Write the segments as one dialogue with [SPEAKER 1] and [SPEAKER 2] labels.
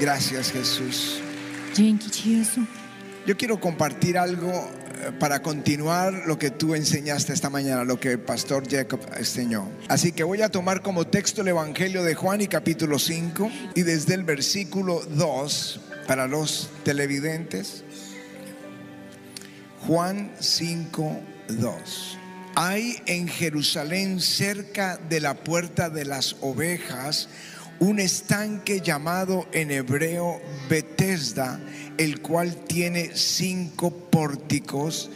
[SPEAKER 1] Gracias Jesús.
[SPEAKER 2] Dzięki Ci, Jezu.
[SPEAKER 1] Yo quiero compartir algo eh, para continuar lo que tú enseñaste esta mañana, lo que el pastor Jacob enseñó. Así que voy a tomar como texto el Evangelio de Juan y capítulo 5 y desde el versículo 2 para los televidentes. Juan 5, 2. Hay en Jerusalén cerca de la puerta de las ovejas un estanque llamado en hebreo Betesda, el cual tiene cinco pórticos.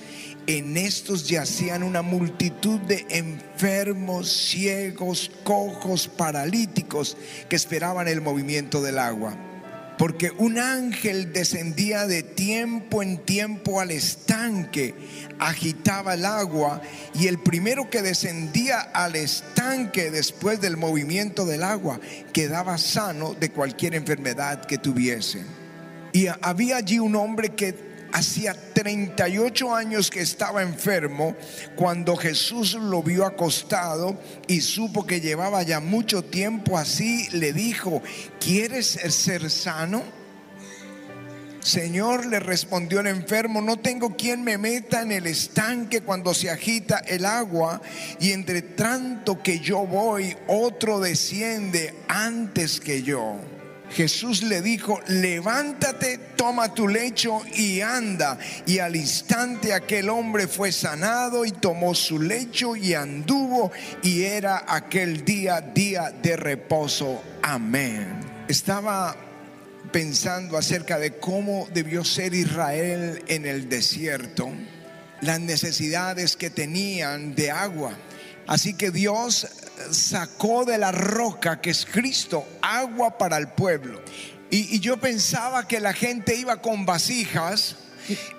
[SPEAKER 1] En estos yacían una multitud de enfermos, ciegos, cojos, paralíticos que esperaban el movimiento del agua. Porque un ángel descendía de tiempo en tiempo al estanque, agitaba el agua y el primero que descendía al estanque después del movimiento del agua quedaba sano de cualquier enfermedad que tuviese. Y había allí un hombre que hacía 38 años que estaba enfermo, cuando Jesús lo vio acostado y supo que llevaba ya mucho tiempo así, le dijo, ¿quieres ser sano? Señor, le respondió el enfermo, no tengo quien me meta en el estanque cuando se agita el agua, y entre tanto que yo voy, otro desciende antes que yo. Jesús le dijo, levántate, toma tu lecho y anda. Y al instante aquel hombre fue sanado y tomó su lecho y anduvo y era aquel día, día de reposo. Amén. Estaba pensando acerca de cómo debió ser Israel en el desierto, las necesidades que tenían de agua. Así que Dios sacó de la roca, que es Cristo, agua para el pueblo. Y, y, yo pensaba que la gente iba con vasijas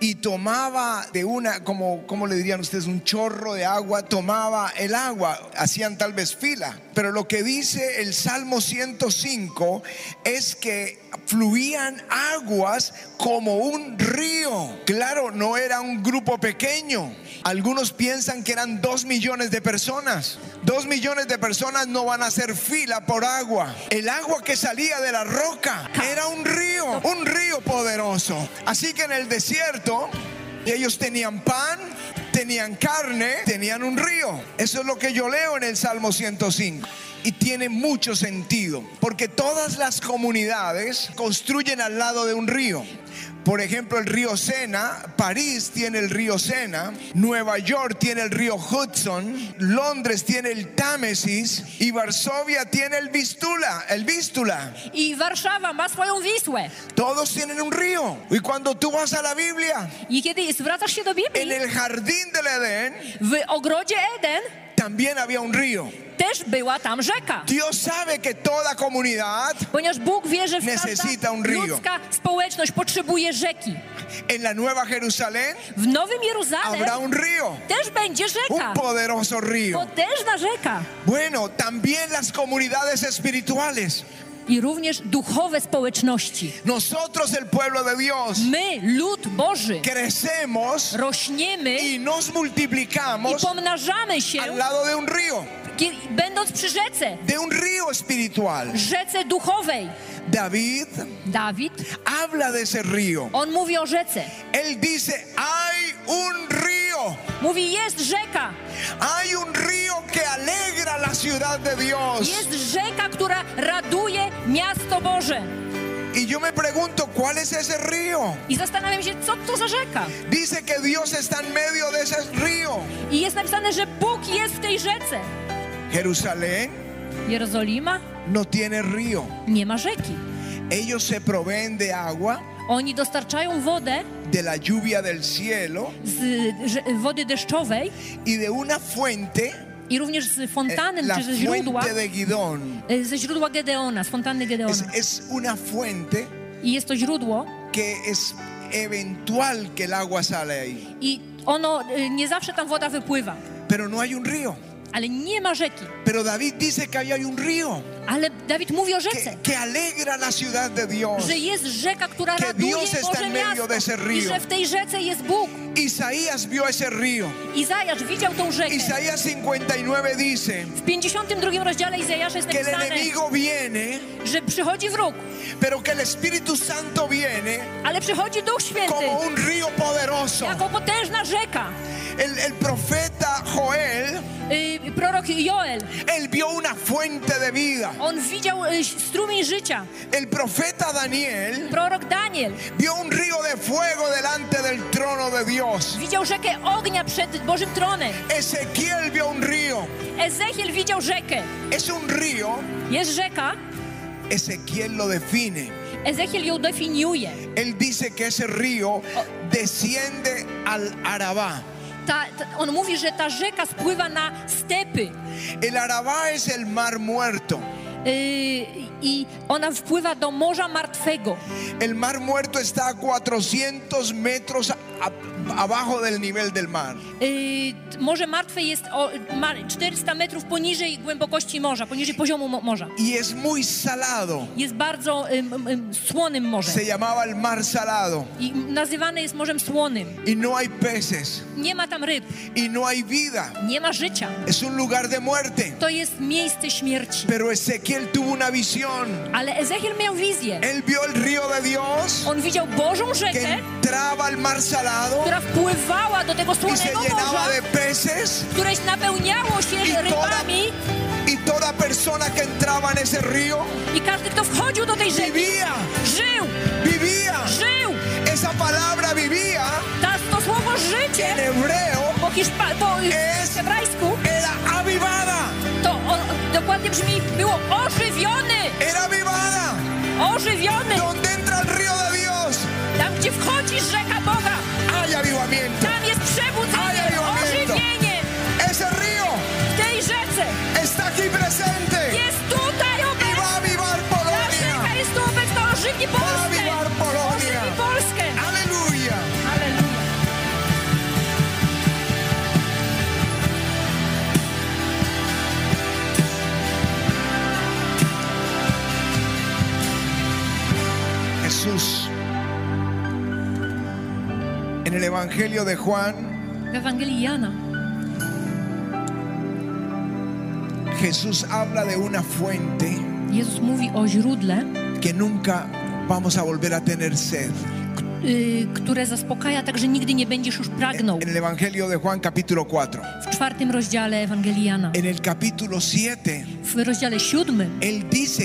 [SPEAKER 1] y tomaba de una, como, como le dirían ustedes, un chorro de agua, tomaba el agua, hacían tal vez fila. Pero lo que dice el Salmo 105 es que fluían aguas como un río. Claro, no era un grupo pequeño. Algunos piensan que eran dos millones de personas. Dos millones de personas no van a hacer fila por agua. El agua que salía de la roca era un río, un río poderoso. Así que en el desierto ellos tenían pan, tenían carne, tenían un río. Eso es lo que yo leo en el Salmo 105 y tiene mucho sentido, porque todas las comunidades construyen al lado de un río. Por ejemplo, el río Sena, París tiene el río Sena, Nueva York tiene el río Hudson, Londres tiene el Támesis y Varsovia tiene el Vistula, el Vístula.
[SPEAKER 2] I Warszawa ma swoją Wisłę.
[SPEAKER 1] Todos tienen un río. Y cuando tú vas a la Biblia,
[SPEAKER 2] I kiedy zwracasz się do
[SPEAKER 1] en
[SPEAKER 2] Biblii,
[SPEAKER 1] el jardín del Edén
[SPEAKER 2] w ogrodzie Eden
[SPEAKER 1] también había un río.
[SPEAKER 2] też była tam rzeka.
[SPEAKER 1] Dios sabe que toda comunidad
[SPEAKER 2] Ponieważ Bóg wie, że
[SPEAKER 1] Necesita
[SPEAKER 2] każda
[SPEAKER 1] un río.
[SPEAKER 2] ludzka społeczność potrzebuje rzeki.
[SPEAKER 1] en la Nueva Jerusalén
[SPEAKER 2] W Nowym Jeruzalem
[SPEAKER 1] habrá un río,
[SPEAKER 2] też będzie
[SPEAKER 1] un
[SPEAKER 2] rzeka.
[SPEAKER 1] poderoso río.
[SPEAKER 2] Potężna rzeka.
[SPEAKER 1] Bueno, también las comunidades espirituales.
[SPEAKER 2] I również duchowe społeczności.
[SPEAKER 1] Nosotros, el pueblo de Dios,
[SPEAKER 2] My, lud Boży,
[SPEAKER 1] crecemos
[SPEAKER 2] rośniemy
[SPEAKER 1] y nos
[SPEAKER 2] i
[SPEAKER 1] multiplicamos
[SPEAKER 2] pomnażamy się,
[SPEAKER 1] al lado de un río,
[SPEAKER 2] kie- będąc przy rzece,
[SPEAKER 1] de un río espiritual.
[SPEAKER 2] rzece duchowej.
[SPEAKER 1] David
[SPEAKER 2] Dawid,
[SPEAKER 1] habla de ese río.
[SPEAKER 2] on mówi o rzece.
[SPEAKER 1] Él dice, hay un río,
[SPEAKER 2] Mówi, jest rzeka,
[SPEAKER 1] hay un río que alegra la ciudad de Dios.
[SPEAKER 2] jest rzeka, która raduje miasto Boże.
[SPEAKER 1] Y yo me pregunto, ¿cuál es ese río?
[SPEAKER 2] I zastanawiam się, co to za rzeka.
[SPEAKER 1] Dice que Dios está en medio de ese río.
[SPEAKER 2] I jest napisane, że Bóg jest w tej rzece.
[SPEAKER 1] Jerusalén
[SPEAKER 2] Jerozolima
[SPEAKER 1] no tiene río.
[SPEAKER 2] nie ma rzeki.
[SPEAKER 1] Ellos se proveen de agua,
[SPEAKER 2] Oni dostarczają wodę
[SPEAKER 1] de la lluvia del cielo
[SPEAKER 2] z że, wody deszczowej
[SPEAKER 1] y de una fuente,
[SPEAKER 2] i również z
[SPEAKER 1] eh,
[SPEAKER 2] fontany
[SPEAKER 1] la
[SPEAKER 2] czy ze źródła,
[SPEAKER 1] fuente de Guidón.
[SPEAKER 2] e, ze źródła Gedeona, z fontanny
[SPEAKER 1] Es,
[SPEAKER 2] Gedeona.
[SPEAKER 1] es una fuente
[SPEAKER 2] I jest to źródło
[SPEAKER 1] que es eventual que el agua sale ahí,
[SPEAKER 2] i ono, e, nie zawsze tam woda wypływa,
[SPEAKER 1] pero no hay un río.
[SPEAKER 2] ale nie ma rzeki.
[SPEAKER 1] Pero David dice que ahí hay un río
[SPEAKER 2] Ale Dawid mówi o rzece.
[SPEAKER 1] que, que alegra la ciudad de Dios.
[SPEAKER 2] że jest rzeka, która
[SPEAKER 1] Que
[SPEAKER 2] raduje
[SPEAKER 1] Dios está
[SPEAKER 2] Boże
[SPEAKER 1] en medio
[SPEAKER 2] miasto
[SPEAKER 1] de ese río.
[SPEAKER 2] i że w tej rzece jest Bóg.
[SPEAKER 1] Isaías vio ese río.
[SPEAKER 2] Izajasz widział tą rzekę.
[SPEAKER 1] Isaías 59 dice
[SPEAKER 2] W 52 rozdziale Izajasza jest
[SPEAKER 1] que el
[SPEAKER 2] napisane,
[SPEAKER 1] enemigo viene,
[SPEAKER 2] że przychodzi wróg,
[SPEAKER 1] pero que el Espíritu Santo viene
[SPEAKER 2] ale przychodzi Duch Święty
[SPEAKER 1] como un río poderoso.
[SPEAKER 2] jako potężna rzeka.
[SPEAKER 1] El, el profeta Joel,
[SPEAKER 2] Y, prorok Joel,
[SPEAKER 1] él vio una fuente de vida.
[SPEAKER 2] on widział y, strumień życia.
[SPEAKER 1] El profeta Daniel
[SPEAKER 2] Prorok Daniel
[SPEAKER 1] vio un río de fuego delante del trono de Dios.
[SPEAKER 2] widział rzekę ognia przed Bożym tronem.
[SPEAKER 1] Ezequiel vio un río.
[SPEAKER 2] Ezechiel widział rzekę.
[SPEAKER 1] Es un río,
[SPEAKER 2] Jest rzeka,
[SPEAKER 1] Ezequiel lo define.
[SPEAKER 2] Ezechiel ją definiuje.
[SPEAKER 1] Él dice que ese río desciende al Arabá.
[SPEAKER 2] Ta, ta, on mówi, że ta rzeka spływa na stepy
[SPEAKER 1] El Arabá es el mar muerto.
[SPEAKER 2] y, i ona wpływa do Morza Martwego.
[SPEAKER 1] El mar muerto está a 400 metros a- abajo del nivel del mar.
[SPEAKER 2] Y, t- Morze Martwe jest o, ma 400 metrów poniżej głębokości morza, poniżej poziomu mo morza.
[SPEAKER 1] Y es muy salado.
[SPEAKER 2] Jest bardzo ym, ym, ym, słonym morzem
[SPEAKER 1] Se llamaba el mar salado.
[SPEAKER 2] i nazywane jest morzem słonym.
[SPEAKER 1] Y no hay peces.
[SPEAKER 2] Nie ma tam ryb,
[SPEAKER 1] Y no hay vida.
[SPEAKER 2] nie ma życia.
[SPEAKER 1] Es un lugar de muerte.
[SPEAKER 2] To jest miejsce śmierci.
[SPEAKER 1] Pero Ezequiel tuvo una visión.
[SPEAKER 2] Ale Ezechiel miał wizję.
[SPEAKER 1] Él vio el río de Dios
[SPEAKER 2] On widział Bożą
[SPEAKER 1] que
[SPEAKER 2] rzekę,
[SPEAKER 1] entraba al mar salado
[SPEAKER 2] która wpływała do tego
[SPEAKER 1] y se
[SPEAKER 2] słonego morza,
[SPEAKER 1] llenaba de peces.
[SPEAKER 2] któreś napełniało
[SPEAKER 1] Y
[SPEAKER 2] się
[SPEAKER 1] toda,
[SPEAKER 2] rybami
[SPEAKER 1] y toda persona que entraba en ese río
[SPEAKER 2] i każdy, kto wchodził do tej rzeki,
[SPEAKER 1] vivía,
[SPEAKER 2] żył,
[SPEAKER 1] vivía.
[SPEAKER 2] żył.
[SPEAKER 1] Esa palabra vivía
[SPEAKER 2] Ta, to słowo życie
[SPEAKER 1] en hebreo
[SPEAKER 2] po, hiszpa, po
[SPEAKER 1] Es-
[SPEAKER 2] hebrajsku
[SPEAKER 1] era avivada,
[SPEAKER 2] to on, dokładnie brzmi było ożywiony,
[SPEAKER 1] era avivada.
[SPEAKER 2] ożywiony.
[SPEAKER 1] Donde entra el río de Dios
[SPEAKER 2] Tam, gdzie wchodzi rzeka Boga,
[SPEAKER 1] hay avivamiento.
[SPEAKER 2] tam jest
[SPEAKER 1] Ale
[SPEAKER 2] przebudzenie,
[SPEAKER 1] avivamiento.
[SPEAKER 2] ożywienie
[SPEAKER 1] Ese río
[SPEAKER 2] w tej rzece.
[SPEAKER 1] está aquí presente
[SPEAKER 2] Jest tutaj
[SPEAKER 1] y
[SPEAKER 2] obecna.
[SPEAKER 1] va a avivar
[SPEAKER 2] Ta rzeka
[SPEAKER 1] Polonia.
[SPEAKER 2] jest tu obecna, ożywni
[SPEAKER 1] Va a
[SPEAKER 2] Polskę.
[SPEAKER 1] avivar Polonia.
[SPEAKER 2] Ożywi Polskę.
[SPEAKER 1] Aleluya.
[SPEAKER 2] Aleluja.
[SPEAKER 1] Jesús. En el Evangelio de Juan,
[SPEAKER 2] W Ewangelii Jana
[SPEAKER 1] Jesús habla de una fuente
[SPEAKER 2] Jezus mówi o źródle,
[SPEAKER 1] que nunca vamos a volver a tener sed.
[SPEAKER 2] y, które zaspokaja tak, że nigdy nie będziesz już pragnął.
[SPEAKER 1] En el Evangelio de Juan capítulo 4.
[SPEAKER 2] W czwartym rozdziale Ewangelii Jana,
[SPEAKER 1] En el capítulo 7,
[SPEAKER 2] w rozdziale siódmym,
[SPEAKER 1] Él dice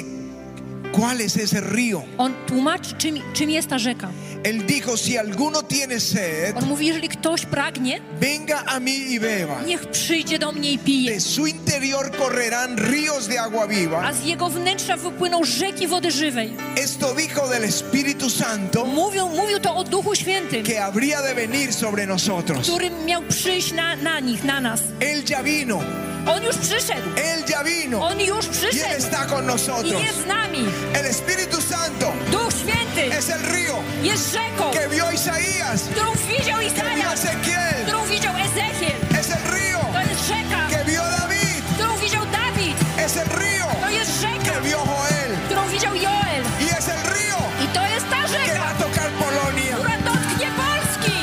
[SPEAKER 1] cuál es ese río.
[SPEAKER 2] on tłumaczy, czym, czym jest ta rzeka.
[SPEAKER 1] Él dijo, si alguno tiene sed,
[SPEAKER 2] On mówi, jeżeli ktoś pragnie,
[SPEAKER 1] venga a mí y beba.
[SPEAKER 2] niech przyjdzie do mnie i pije.
[SPEAKER 1] De su interior correrán ríos de agua
[SPEAKER 2] A
[SPEAKER 1] viva.
[SPEAKER 2] z jego wnętrza wypłyną rzeki wody żywej.
[SPEAKER 1] Esto dijo del Espíritu Santo
[SPEAKER 2] Mówił, mówił to o Duchu Świętym,
[SPEAKER 1] que habría de venir sobre nosotros.
[SPEAKER 2] który miał przyjść na, na nich, na nas.
[SPEAKER 1] Él ya vino,
[SPEAKER 2] On już przyszedł.
[SPEAKER 1] Él ya vino
[SPEAKER 2] On już
[SPEAKER 1] y Él
[SPEAKER 2] przyszedł
[SPEAKER 1] está con
[SPEAKER 2] i
[SPEAKER 1] nosotros.
[SPEAKER 2] jest z nami.
[SPEAKER 1] El Espíritu Santo
[SPEAKER 2] Duch Święty
[SPEAKER 1] es el río
[SPEAKER 2] jest rzeką,
[SPEAKER 1] que vio Isaías,
[SPEAKER 2] którą widział
[SPEAKER 1] que vio
[SPEAKER 2] Izajasz,
[SPEAKER 1] Ezequiel,
[SPEAKER 2] którą widział Ezechiel.
[SPEAKER 1] es el río
[SPEAKER 2] To jest rzeka,
[SPEAKER 1] que vio David.
[SPEAKER 2] którą widział Dawid.
[SPEAKER 1] Es el río
[SPEAKER 2] To jest
[SPEAKER 1] que
[SPEAKER 2] rzeka,
[SPEAKER 1] vio Joel.
[SPEAKER 2] którą widział Joel.
[SPEAKER 1] Y es el río
[SPEAKER 2] I to jest ta
[SPEAKER 1] que va
[SPEAKER 2] rzeka,
[SPEAKER 1] a tocar Polonia.
[SPEAKER 2] która dotknie Polski.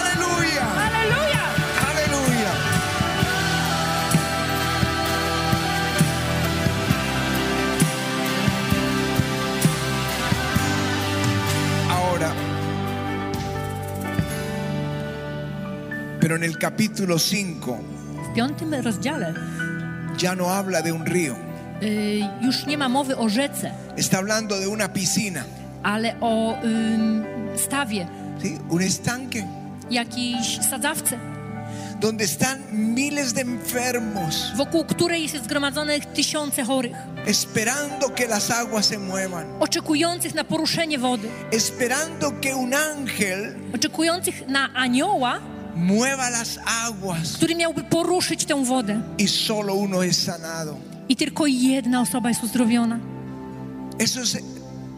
[SPEAKER 1] Aleluya.
[SPEAKER 2] Aleluja!
[SPEAKER 1] Aleluya. Ahora. Pero en el capítulo 5
[SPEAKER 2] W piątym rozdziale
[SPEAKER 1] ya no habla de un río.
[SPEAKER 2] y, już nie ma mowy o rzece,
[SPEAKER 1] Está hablando de una piscina.
[SPEAKER 2] ale o ym, stawie,
[SPEAKER 1] ¿sí? Un estanque.
[SPEAKER 2] jakiejś sadzawce,
[SPEAKER 1] donde están miles de enfermos
[SPEAKER 2] wokół której jest zgromadzonych tysiące chorych,
[SPEAKER 1] esperando que las aguas se muevan,
[SPEAKER 2] oczekujących na poruszenie wody,
[SPEAKER 1] esperando que un ángel
[SPEAKER 2] oczekujących na anioła,
[SPEAKER 1] mueva las aguas
[SPEAKER 2] który miałby poruszyć tę wodę.
[SPEAKER 1] y solo uno es sanado.
[SPEAKER 2] I tylko jedna osoba jest uzdrowiona.
[SPEAKER 1] Eso es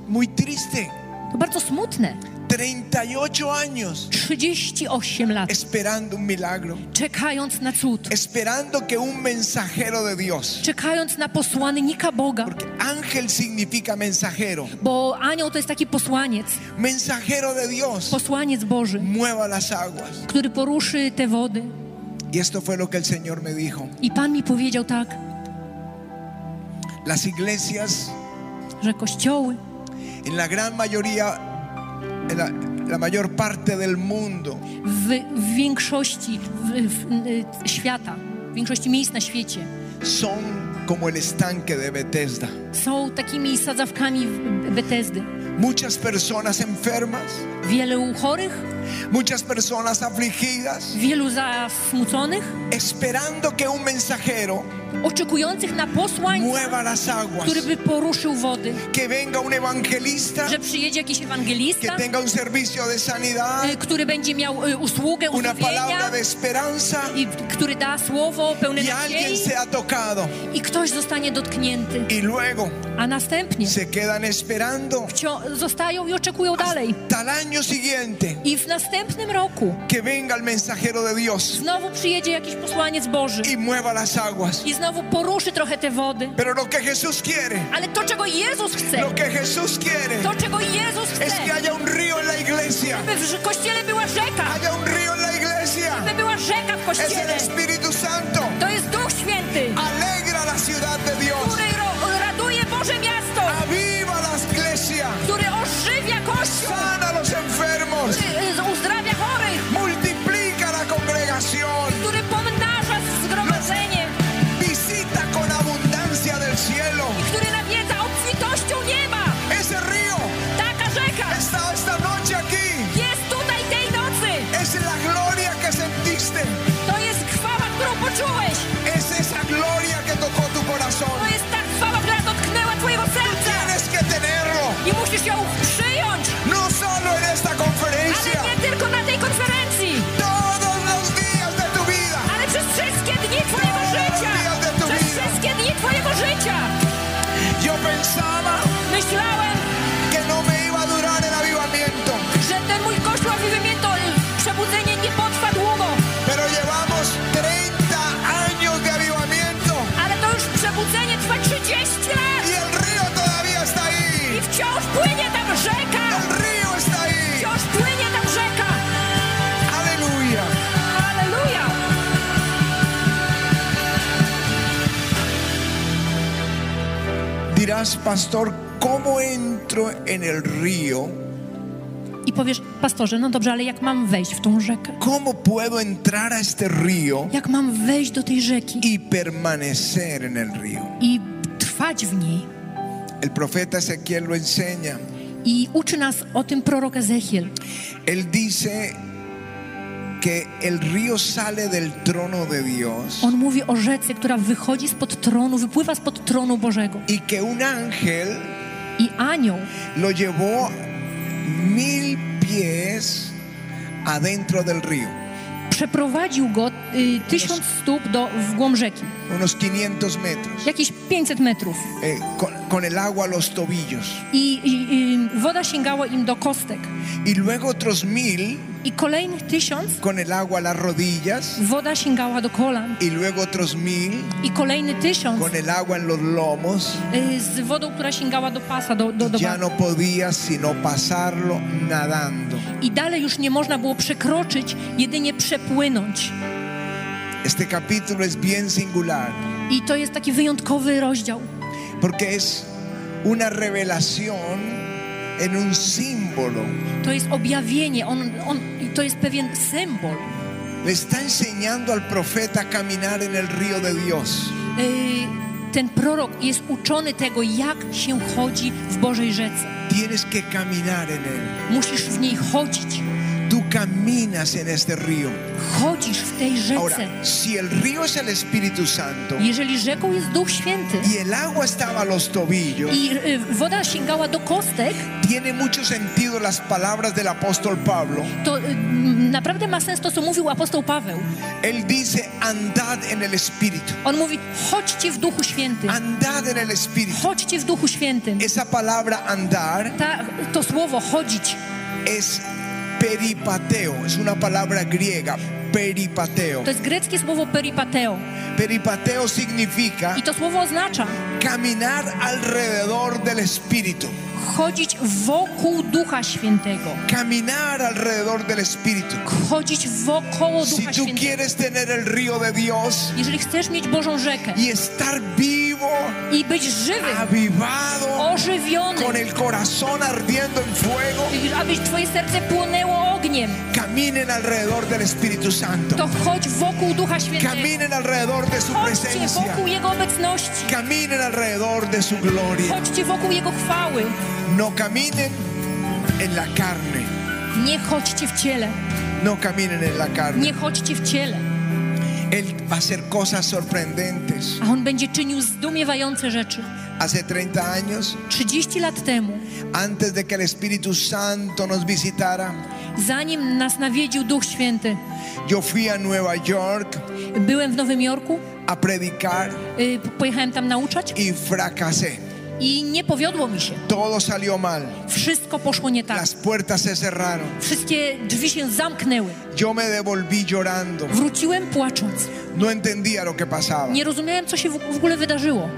[SPEAKER 1] muy triste.
[SPEAKER 2] To bardzo smutne.
[SPEAKER 1] 38 años
[SPEAKER 2] 38 lat,
[SPEAKER 1] esperando un milagro,
[SPEAKER 2] czekając na cud,
[SPEAKER 1] esperando que un mensajero de Dios,
[SPEAKER 2] czekając na posłannika Boga,
[SPEAKER 1] porque ángel significa mensajero,
[SPEAKER 2] bo anioł to jest taki posłaniec,
[SPEAKER 1] mensajero de Dios,
[SPEAKER 2] posłaniec Boży,
[SPEAKER 1] mueva las aguas.
[SPEAKER 2] który poruszy te wody.
[SPEAKER 1] Y esto fue lo que el Señor me dijo.
[SPEAKER 2] I Pan mi powiedział tak,
[SPEAKER 1] Las iglesias,
[SPEAKER 2] że kościoły
[SPEAKER 1] en la gran mayoría, en la, la mayor parte del mundo,
[SPEAKER 2] w, w większości w, w, y, świata, w większości miejsc na świecie
[SPEAKER 1] son como el estanque de Bethesda.
[SPEAKER 2] są takimi sadzawkami w- Betesdy.
[SPEAKER 1] Muchas personas enfermas,
[SPEAKER 2] Wielu chorych,
[SPEAKER 1] muchas personas afligidas,
[SPEAKER 2] wielu zasmuconych,
[SPEAKER 1] esperando que un mensajero
[SPEAKER 2] oczekujących na posłańca,
[SPEAKER 1] mueva las aguas,
[SPEAKER 2] który by poruszył wody,
[SPEAKER 1] que venga un evangelista,
[SPEAKER 2] że przyjedzie jakiś
[SPEAKER 1] que
[SPEAKER 2] ewangelista,
[SPEAKER 1] tenga un servicio de sanidad,
[SPEAKER 2] y, który będzie miał y, usługę
[SPEAKER 1] una palabra
[SPEAKER 2] uzdrowienia
[SPEAKER 1] de esperanza
[SPEAKER 2] i który da słowo pełne
[SPEAKER 1] y alguien
[SPEAKER 2] nadziei
[SPEAKER 1] sea tocado.
[SPEAKER 2] i ktoś zostanie dotknięty,
[SPEAKER 1] Y luego
[SPEAKER 2] a następnie
[SPEAKER 1] se quedan esperando
[SPEAKER 2] wcio- zostają i oczekują dalej.
[SPEAKER 1] hasta el año siguiente
[SPEAKER 2] I w następnym roku
[SPEAKER 1] que venga el mensajero de Dios
[SPEAKER 2] znowu przyjedzie jakiś posłaniec Boży
[SPEAKER 1] y mueva las aguas.
[SPEAKER 2] i znowu poruszy trochę te wody.
[SPEAKER 1] Pero lo que Jesús quiere,
[SPEAKER 2] Ale to, czego Jezus chce,
[SPEAKER 1] lo que Jesús quiere
[SPEAKER 2] to, czego Jezus
[SPEAKER 1] No- es
[SPEAKER 2] chce,
[SPEAKER 1] que haya un río en la iglesia.
[SPEAKER 2] by w kościele była rzeka,
[SPEAKER 1] Haya un río en la
[SPEAKER 2] by
[SPEAKER 1] iglesia.
[SPEAKER 2] była rzeka w
[SPEAKER 1] Es el
[SPEAKER 2] kościele.
[SPEAKER 1] Espíritu Santo.
[SPEAKER 2] To jest Duch Święty,
[SPEAKER 1] Alegra la ciudad de Dios.
[SPEAKER 2] który ro- raduje Boże miasto,
[SPEAKER 1] Aviva la iglesia.
[SPEAKER 2] który ożywia Kościół,
[SPEAKER 1] Sana a los enfermos.
[SPEAKER 2] który y, uzdrawia chorych,
[SPEAKER 1] Multiplica la congregación.
[SPEAKER 2] który pomnaża zgromadzenie,
[SPEAKER 1] Visita con abundancia del cielo.
[SPEAKER 2] który nawiedza obfitością nieba.
[SPEAKER 1] Ese río
[SPEAKER 2] Taka rzeka
[SPEAKER 1] está esta noche aquí.
[SPEAKER 2] jest tutaj tej nocy.
[SPEAKER 1] Es la gloria que sentiste.
[SPEAKER 2] To jest chwała, którą poczułeś.
[SPEAKER 1] Es esa gloria que tocó tu
[SPEAKER 2] To
[SPEAKER 1] corazón.
[SPEAKER 2] jest ta chwała, która dotknęła Twojego serca
[SPEAKER 1] Tienes que tenerlo.
[SPEAKER 2] i musisz ją przyjąć,
[SPEAKER 1] No solo en esta
[SPEAKER 2] ale
[SPEAKER 1] conferencia.
[SPEAKER 2] nie tylko na tej konferencji,
[SPEAKER 1] Todos los días de tu vida.
[SPEAKER 2] ale przez wszystkie dni Twojego życia. Przez wszystkie dni Twojego życia.
[SPEAKER 1] Yo pensaba
[SPEAKER 2] Myślałem,
[SPEAKER 1] que no me iba a durar el avivamiento,
[SPEAKER 2] że ten mój kościół wymięto przebudzenie nie potrwa długo,
[SPEAKER 1] pero llevamos 30 años de avivamiento
[SPEAKER 2] ale to już przebudzenie trwa 30
[SPEAKER 1] y
[SPEAKER 2] lat
[SPEAKER 1] el río todavía está
[SPEAKER 2] i
[SPEAKER 1] ahí.
[SPEAKER 2] wciąż płynie tam rzeka.
[SPEAKER 1] El río está ahí.
[SPEAKER 2] Wciąż płynie tam rzeka.
[SPEAKER 1] Aleluya.
[SPEAKER 2] Aleluja.
[SPEAKER 1] Dirás, pastor, ¿cómo entro en el río?
[SPEAKER 2] I powiesz, pastorze, no dobrze, ale jak mam wejść w tą rzekę?
[SPEAKER 1] ¿Cómo puedo entrar a este río
[SPEAKER 2] Jak mam wejść do tej rzeki
[SPEAKER 1] y permanecer en el río?
[SPEAKER 2] i trwać w niej?
[SPEAKER 1] El profeta Ezequiel lo enseña.
[SPEAKER 2] I uczy nas o tym prorok Ezechiel.
[SPEAKER 1] Él dice que el río sale del trono de Dios
[SPEAKER 2] On mówi o rzece, która wychodzi spod tronu, wypływa spod tronu Bożego.
[SPEAKER 1] y que un ángel
[SPEAKER 2] I anioł
[SPEAKER 1] lo llevó mil pies adentro del río,
[SPEAKER 2] przeprowadził go y, tysiąc stóp do, w głąb rzeki,
[SPEAKER 1] unos 500 metros,
[SPEAKER 2] jakieś 500 metrów.
[SPEAKER 1] eh, con, con el agua a los tobillos.
[SPEAKER 2] I, i i woda sięgała im do kostek.
[SPEAKER 1] Y luego otros mil
[SPEAKER 2] I kolejnych tysiąc
[SPEAKER 1] con el agua a las rodillas.
[SPEAKER 2] woda sięgała do kolan.
[SPEAKER 1] Y luego otros mil
[SPEAKER 2] I kolejny tysiąc
[SPEAKER 1] con el agua en los lomos.
[SPEAKER 2] y, z wodą, która sięgała do pasa, do, do, do
[SPEAKER 1] Ya
[SPEAKER 2] bark.
[SPEAKER 1] no podía sino pasarlo nadando.
[SPEAKER 2] I dalej już nie można było przekroczyć, jedynie przepłynąć.
[SPEAKER 1] Este capítulo es bien singular.
[SPEAKER 2] I to jest taki wyjątkowy rozdział,
[SPEAKER 1] Porque es una revelación en un símbolo.
[SPEAKER 2] to jest objawienie, on, on, i to jest pewien symbol.
[SPEAKER 1] Le está enseñando al profeta a caminar en el río de Dios.
[SPEAKER 2] Yy, Ten prorok jest uczony tego, jak się chodzi w Bożej rzece.
[SPEAKER 1] Tienes que caminar en él.
[SPEAKER 2] Musisz w niej chodzić.
[SPEAKER 1] Tú caminas en este río.
[SPEAKER 2] Chodzisz w tej rzece.
[SPEAKER 1] Ahora, si el río es el Espíritu Santo
[SPEAKER 2] Jeżeli rzeką jest Duch Święty
[SPEAKER 1] y el agua estaba a los tobillos,
[SPEAKER 2] i yy, woda sięgała do kostek,
[SPEAKER 1] tiene mucho sentido las palabras del apóstol Pablo.
[SPEAKER 2] to yy, m, naprawdę ma sens to, co mówił apostoł Paweł.
[SPEAKER 1] Él dice, andad en el Espíritu.
[SPEAKER 2] On mówi, chodźcie w Duchu Świętym.
[SPEAKER 1] Andad en el Espíritu.
[SPEAKER 2] Chodźcie w Duchu Świętym.
[SPEAKER 1] Esa palabra andar
[SPEAKER 2] Ta, to słowo chodzić
[SPEAKER 1] es peripateo, es una palabra griega, peripateo.
[SPEAKER 2] To jest greckie słowo peripateo.
[SPEAKER 1] Peripateo significa
[SPEAKER 2] I to słowo oznacza
[SPEAKER 1] caminar alrededor del Espíritu,
[SPEAKER 2] chodzić wokół Ducha Świętego.
[SPEAKER 1] caminar alrededor del Espíritu.
[SPEAKER 2] Chodzić wokoło
[SPEAKER 1] Si
[SPEAKER 2] Ducha
[SPEAKER 1] tú
[SPEAKER 2] Świętego.
[SPEAKER 1] quieres tener el río de Dios
[SPEAKER 2] Jeżeli chcesz mieć Bożą rzekę
[SPEAKER 1] y estar vivo,
[SPEAKER 2] i być żywy,
[SPEAKER 1] avivado,
[SPEAKER 2] ożywiony,
[SPEAKER 1] con el corazón ardiendo en fuego,
[SPEAKER 2] aby twoje serce płynęło ogniem,
[SPEAKER 1] caminen alrededor del Espíritu Santo,
[SPEAKER 2] to chodź wokół Ducha Świętego.
[SPEAKER 1] caminen alrededor de su
[SPEAKER 2] Chodźcie
[SPEAKER 1] presencia,
[SPEAKER 2] wokół Jego obecności.
[SPEAKER 1] caminen alrededor de su gloria.
[SPEAKER 2] Chodźcie wokół Jego chwały.
[SPEAKER 1] No caminen en la carne,
[SPEAKER 2] Nie chodźcie w ciele.
[SPEAKER 1] no caminen en la carne.
[SPEAKER 2] Nie chodźcie w ciele.
[SPEAKER 1] Él va a hacer cosas sorprendentes.
[SPEAKER 2] A On będzie czynił zdumiewające rzeczy.
[SPEAKER 1] Hace 30 años,
[SPEAKER 2] 30 lat temu,
[SPEAKER 1] antes de que el Espíritu Santo nos visitara,
[SPEAKER 2] zanim nas nawiedził Duch Święty,
[SPEAKER 1] yo fui a Nueva York
[SPEAKER 2] byłem w Nowym Jorku,
[SPEAKER 1] a predicar
[SPEAKER 2] y, p- pojechałem tam nauczać
[SPEAKER 1] y fracasé.
[SPEAKER 2] i nie powiodło mi się.
[SPEAKER 1] Todo salió mal.
[SPEAKER 2] Wszystko poszło nie tak.
[SPEAKER 1] Las puertas se cerraron.
[SPEAKER 2] Wszystkie drzwi się zamknęły.
[SPEAKER 1] Yo me devolví llorando.
[SPEAKER 2] Wróciłem płacząc.
[SPEAKER 1] No entendía lo que pasaba.
[SPEAKER 2] Nie rozumiałem, co się w w ogóle wydarzyło.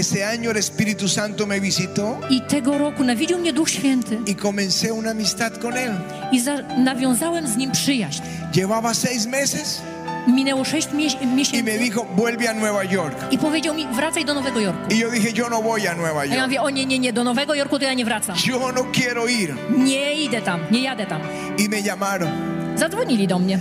[SPEAKER 1] Ese año el Espíritu Santo me visitó
[SPEAKER 2] I tego roku nawiedził mnie Duch Święty
[SPEAKER 1] y comencé una amistad con él.
[SPEAKER 2] i za- nawiązałem z nim przyjaźń.
[SPEAKER 1] Llevaba seis meses
[SPEAKER 2] Minęło 6 mies-
[SPEAKER 1] y me
[SPEAKER 2] miesięcy
[SPEAKER 1] dijo, vuelve a Nueva York.
[SPEAKER 2] i powiedział mi, wracaj do Nowego Jorku.
[SPEAKER 1] Y yo dije, yo no voy a Nueva
[SPEAKER 2] A ja
[SPEAKER 1] York.
[SPEAKER 2] mówię, o nie, nie, nie, do Nowego Jorku to ja nie wracam.
[SPEAKER 1] Yo no quiero ir.
[SPEAKER 2] Nie idę tam, nie jadę tam.
[SPEAKER 1] y me llamaron.
[SPEAKER 2] Zadzwonili do mnie.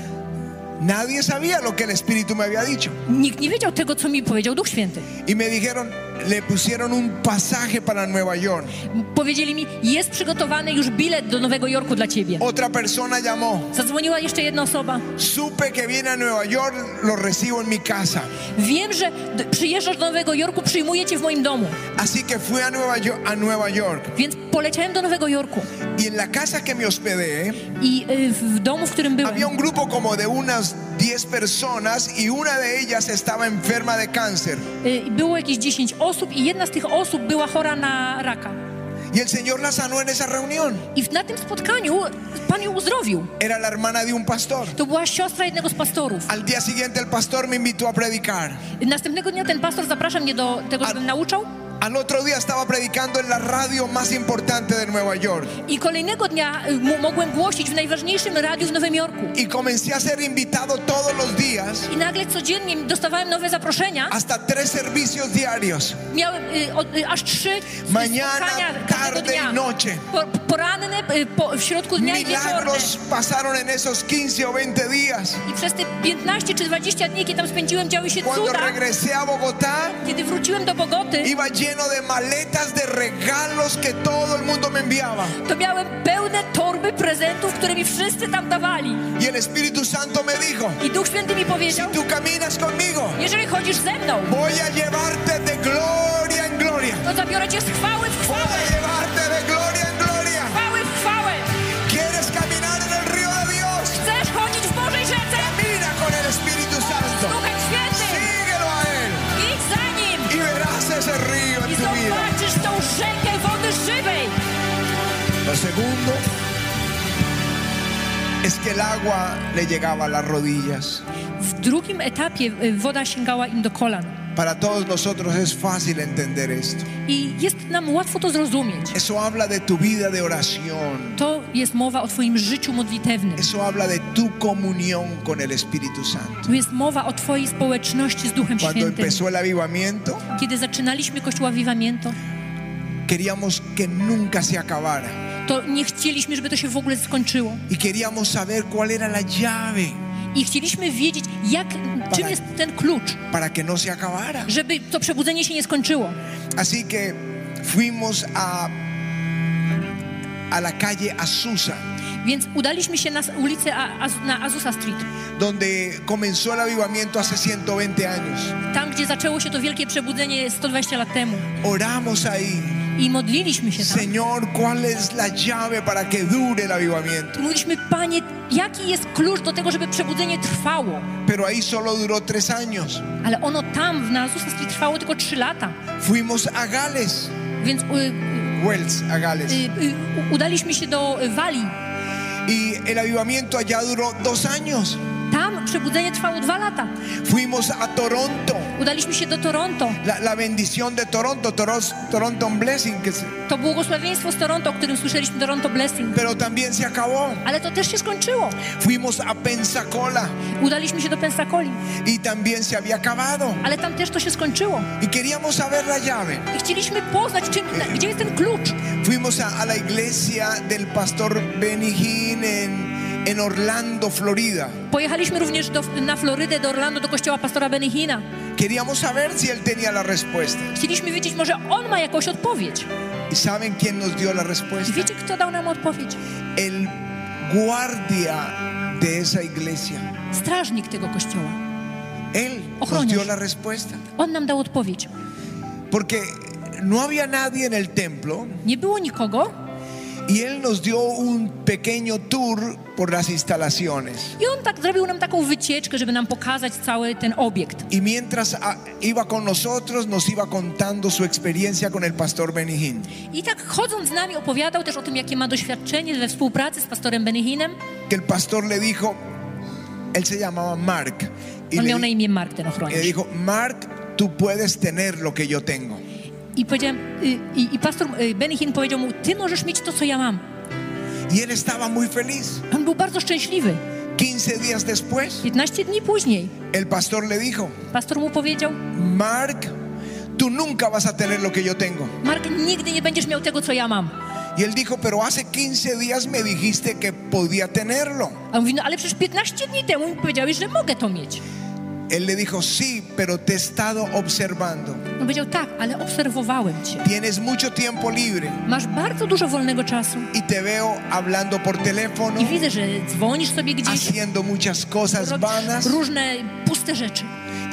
[SPEAKER 1] Nadie sabía lo que el Espíritu me había dicho.
[SPEAKER 2] Nikt nie wiedział tego, co mi powiedział Duch Święty.
[SPEAKER 1] Y me dijeron, le pusieron un pasaje para Nueva York.
[SPEAKER 2] Powiedzieli mi, jest przygotowany już bilet do Nowego Jorku dla ciebie.
[SPEAKER 1] Otra persona llamó.
[SPEAKER 2] Zadzwoniła jeszcze jedna osoba.
[SPEAKER 1] Supe que viene a Nueva York, lo recibo en mi casa.
[SPEAKER 2] Wiem, że d- przyjeżdżasz do Nowego Jorku, przyjmuję cię w moim domu.
[SPEAKER 1] Así que fui a Nueva York, a Nueva York.
[SPEAKER 2] Więc poleciałem do Nowego Jorku
[SPEAKER 1] Y en la casa que me hospedé,
[SPEAKER 2] i y, w w domu, w którym byłem,
[SPEAKER 1] había un grupo como de unas 10 personas y una de ellas estaba enferma de cáncer.
[SPEAKER 2] y, było jakieś 10 osób i jedna z tych osób była chora na raka.
[SPEAKER 1] Y el Señor la sanó en esa reunión.
[SPEAKER 2] I w- na tym spotkaniu Pan ją uzdrowił.
[SPEAKER 1] Era la hermana de un pastor.
[SPEAKER 2] To była siostra jednego z pastorów.
[SPEAKER 1] Al día siguiente el pastor me invitó a predicar.
[SPEAKER 2] Następnego dnia ten pastor zaprasza mnie do tego, żebym nauczał.
[SPEAKER 1] Al otro día estaba predicando en la radio más importante de Nueva York
[SPEAKER 2] I kolejnego dnia y, mo- mogłem głosić w najważniejszym radiu w Nowym Jorku.
[SPEAKER 1] y comencé a ser invitado todos los días
[SPEAKER 2] I nagle codziennie dostawałem nowe zaproszenia.
[SPEAKER 1] hasta tres servicios diarios,
[SPEAKER 2] Miałem y, o, y, aż trzy spotkania
[SPEAKER 1] mañana,
[SPEAKER 2] każdego
[SPEAKER 1] tarde
[SPEAKER 2] dnia.
[SPEAKER 1] y noche.
[SPEAKER 2] Po, poranne, y, po, w środku dnia i wieczorne.
[SPEAKER 1] Milagros pasaron en esos 15 o 20 días.
[SPEAKER 2] I przez te 15 czy 20 dni, kiedy tam spędziłem, działy się
[SPEAKER 1] Cuando
[SPEAKER 2] cuda.
[SPEAKER 1] regresé a Bogotá,
[SPEAKER 2] Kiedy wróciłem do Bogoty,
[SPEAKER 1] iba lleno de maletas de regalos que todo el mundo me enviaba.
[SPEAKER 2] to miałem pełne torby prezentów, które mi wszyscy tam dawali.
[SPEAKER 1] Y el Espíritu Santo me dijo,
[SPEAKER 2] I Duch Święty mi
[SPEAKER 1] si
[SPEAKER 2] powiedział,
[SPEAKER 1] tú caminas conmigo,
[SPEAKER 2] jeżeli chodzisz ze mną,
[SPEAKER 1] voy a llevarte de gloria en gloria.
[SPEAKER 2] to zabiorę cię z chwały w
[SPEAKER 1] Voy
[SPEAKER 2] chwałę,
[SPEAKER 1] a llevarte de gloria en gloria.
[SPEAKER 2] chwały w chwałę.
[SPEAKER 1] ¿Quieres caminar en el río de Dios?
[SPEAKER 2] Chcesz chodzić w Bożej rzece?
[SPEAKER 1] Camina con el Espíritu Santo.
[SPEAKER 2] Duchem Świętym,
[SPEAKER 1] Síguelo a Él
[SPEAKER 2] idź za Nim
[SPEAKER 1] y verás ese río
[SPEAKER 2] i
[SPEAKER 1] en tu vida.
[SPEAKER 2] zobaczysz tą rzekę wody żywej.
[SPEAKER 1] Lo segundo es que el agua le llegaba a las rodillas.
[SPEAKER 2] W drugim etapie y, woda sięgała im do kolan.
[SPEAKER 1] Para todos nosotros es fácil entender esto.
[SPEAKER 2] I jest nam łatwo to zrozumieć.
[SPEAKER 1] Eso habla de tu vida de oración.
[SPEAKER 2] To jest mowa o Twoim życiu modlitewnym.
[SPEAKER 1] Eso habla de tu comunión con el Espíritu Santo.
[SPEAKER 2] Tu jest mowa o Twojej społeczności z Duchem
[SPEAKER 1] Cuando
[SPEAKER 2] Świętym.
[SPEAKER 1] empezó el avivamiento,
[SPEAKER 2] Kiedy zaczynaliśmy Kościół Avivamiento,
[SPEAKER 1] queríamos que nunca se acabara.
[SPEAKER 2] to nie chcieliśmy, żeby to się w ogóle skończyło.
[SPEAKER 1] Y queríamos saber cuál era la llave
[SPEAKER 2] I chcieliśmy wiedzieć, jak, czym jest ten klucz,
[SPEAKER 1] para que no se acabara.
[SPEAKER 2] żeby to przebudzenie się nie skończyło.
[SPEAKER 1] Así que fuimos a, a la calle Azusa,
[SPEAKER 2] Więc udaliśmy się na s- ulicę A- Az- na Azusa Street,
[SPEAKER 1] donde comenzó el avivamiento hace 120 años.
[SPEAKER 2] tam gdzie zaczęło się to wielkie przebudzenie 120 lat temu.
[SPEAKER 1] Oramos ahí,
[SPEAKER 2] I modliliśmy się tam.
[SPEAKER 1] Señor, ¿cuál es la llave para que dure el avivamiento?
[SPEAKER 2] I Mówiliśmy, Panie, jaki jest klucz do tego, żeby przebudzenie trwało?
[SPEAKER 1] Pero ahí solo duró tres años.
[SPEAKER 2] Ale ono tam, w na Azusa Street, trwało tylko 3 lata.
[SPEAKER 1] Fuimos a Gales,
[SPEAKER 2] Więc y,
[SPEAKER 1] Wells, a Gales,
[SPEAKER 2] y, y, udaliśmy się do Walii
[SPEAKER 1] Y el avivamiento allá duró dos años.
[SPEAKER 2] Tam przebudzenie trwało dwa lata.
[SPEAKER 1] Fuimos a Toronto.
[SPEAKER 2] Udaliśmy się do Toronto.
[SPEAKER 1] La, la bendición de Toronto, Toros- Toronto Blessing, que se-
[SPEAKER 2] To błogosławieństwo z Toronto, o którym słyszeliśmy, Toronto Blessing.
[SPEAKER 1] pero también se acabó.
[SPEAKER 2] Ale to też się skończyło.
[SPEAKER 1] Fuimos a Pensacola
[SPEAKER 2] Udaliśmy się do Pensacoli,
[SPEAKER 1] y también se había acabado.
[SPEAKER 2] ale tam też to się skończyło.
[SPEAKER 1] Y queríamos saber la llave.
[SPEAKER 2] I chcieliśmy poznać, czym, na, gdzie jest ten klucz.
[SPEAKER 1] Fuimos a, a la iglesia del pastor Benny Hinn en, en Orlando, Florida.
[SPEAKER 2] Pojechaliśmy również do, na Florydę, do Orlando, do kościoła pastora Benihina.
[SPEAKER 1] Queríamos saber si él tenía la respuesta.
[SPEAKER 2] Chcieliśmy wiedzieć, może on ma jakąś odpowiedź.
[SPEAKER 1] ¿Y saben quién nos dio la
[SPEAKER 2] I
[SPEAKER 1] respuesta?
[SPEAKER 2] wiecie, kto dał nam odpowiedź?
[SPEAKER 1] El guardia de esa iglesia.
[SPEAKER 2] Strażnik tego kościoła.
[SPEAKER 1] Él nos
[SPEAKER 2] Ojrones.
[SPEAKER 1] dio la respuesta.
[SPEAKER 2] On nam dał odpowiedź.
[SPEAKER 1] Porque no había nadie en el templo
[SPEAKER 2] Nie było nikogo
[SPEAKER 1] y él nos dio un pequeño tour por las instalaciones.
[SPEAKER 2] i on tak zrobił nam taką wycieczkę, żeby nam pokazać cały ten obiekt.
[SPEAKER 1] Y mientras ah, iba con nosotros, nos iba contando su experiencia con el pastor Benny Hinn.
[SPEAKER 2] I tak chodząc z nami opowiadał też o tym, jakie ma doświadczenie we współpracy z pastorem Benihinem.
[SPEAKER 1] que el pastor le dijo, él se llamaba Mark, y
[SPEAKER 2] On
[SPEAKER 1] le,
[SPEAKER 2] miał na
[SPEAKER 1] di-
[SPEAKER 2] imię Mark, ten
[SPEAKER 1] le
[SPEAKER 2] ochroniarz.
[SPEAKER 1] dijo, Mark, tú puedes tener lo que yo tengo.
[SPEAKER 2] I, powiedziałem, y, i, i pastor y, Benihin powiedział mu, ty możesz mieć to, co ja mam.
[SPEAKER 1] Y él estaba muy feliz.
[SPEAKER 2] On był bardzo szczęśliwy.
[SPEAKER 1] 15 días después,
[SPEAKER 2] 15 dni później
[SPEAKER 1] el pastor le dijo,
[SPEAKER 2] pastor mu powiedział,
[SPEAKER 1] Mark, tú nunca vas a tener lo que yo tengo.
[SPEAKER 2] Mark, nigdy nie będziesz miał tego, co ja mam.
[SPEAKER 1] Y él dijo, pero hace 15 días me dijiste que podía tenerlo.
[SPEAKER 2] A on mówi, no ale przecież 15 dni temu mi powiedziałeś, że mogę to mieć.
[SPEAKER 1] Él le dijo, sí, pero te he estado observando.
[SPEAKER 2] On powiedział, tak, ale obserwowałem cię.
[SPEAKER 1] Tienes mucho tiempo libre
[SPEAKER 2] Masz bardzo dużo wolnego czasu
[SPEAKER 1] y te veo hablando por teléfono,
[SPEAKER 2] i widzę, że dzwonisz sobie gdzieś,
[SPEAKER 1] haciendo muchas cosas vanas.
[SPEAKER 2] robisz różne puste rzeczy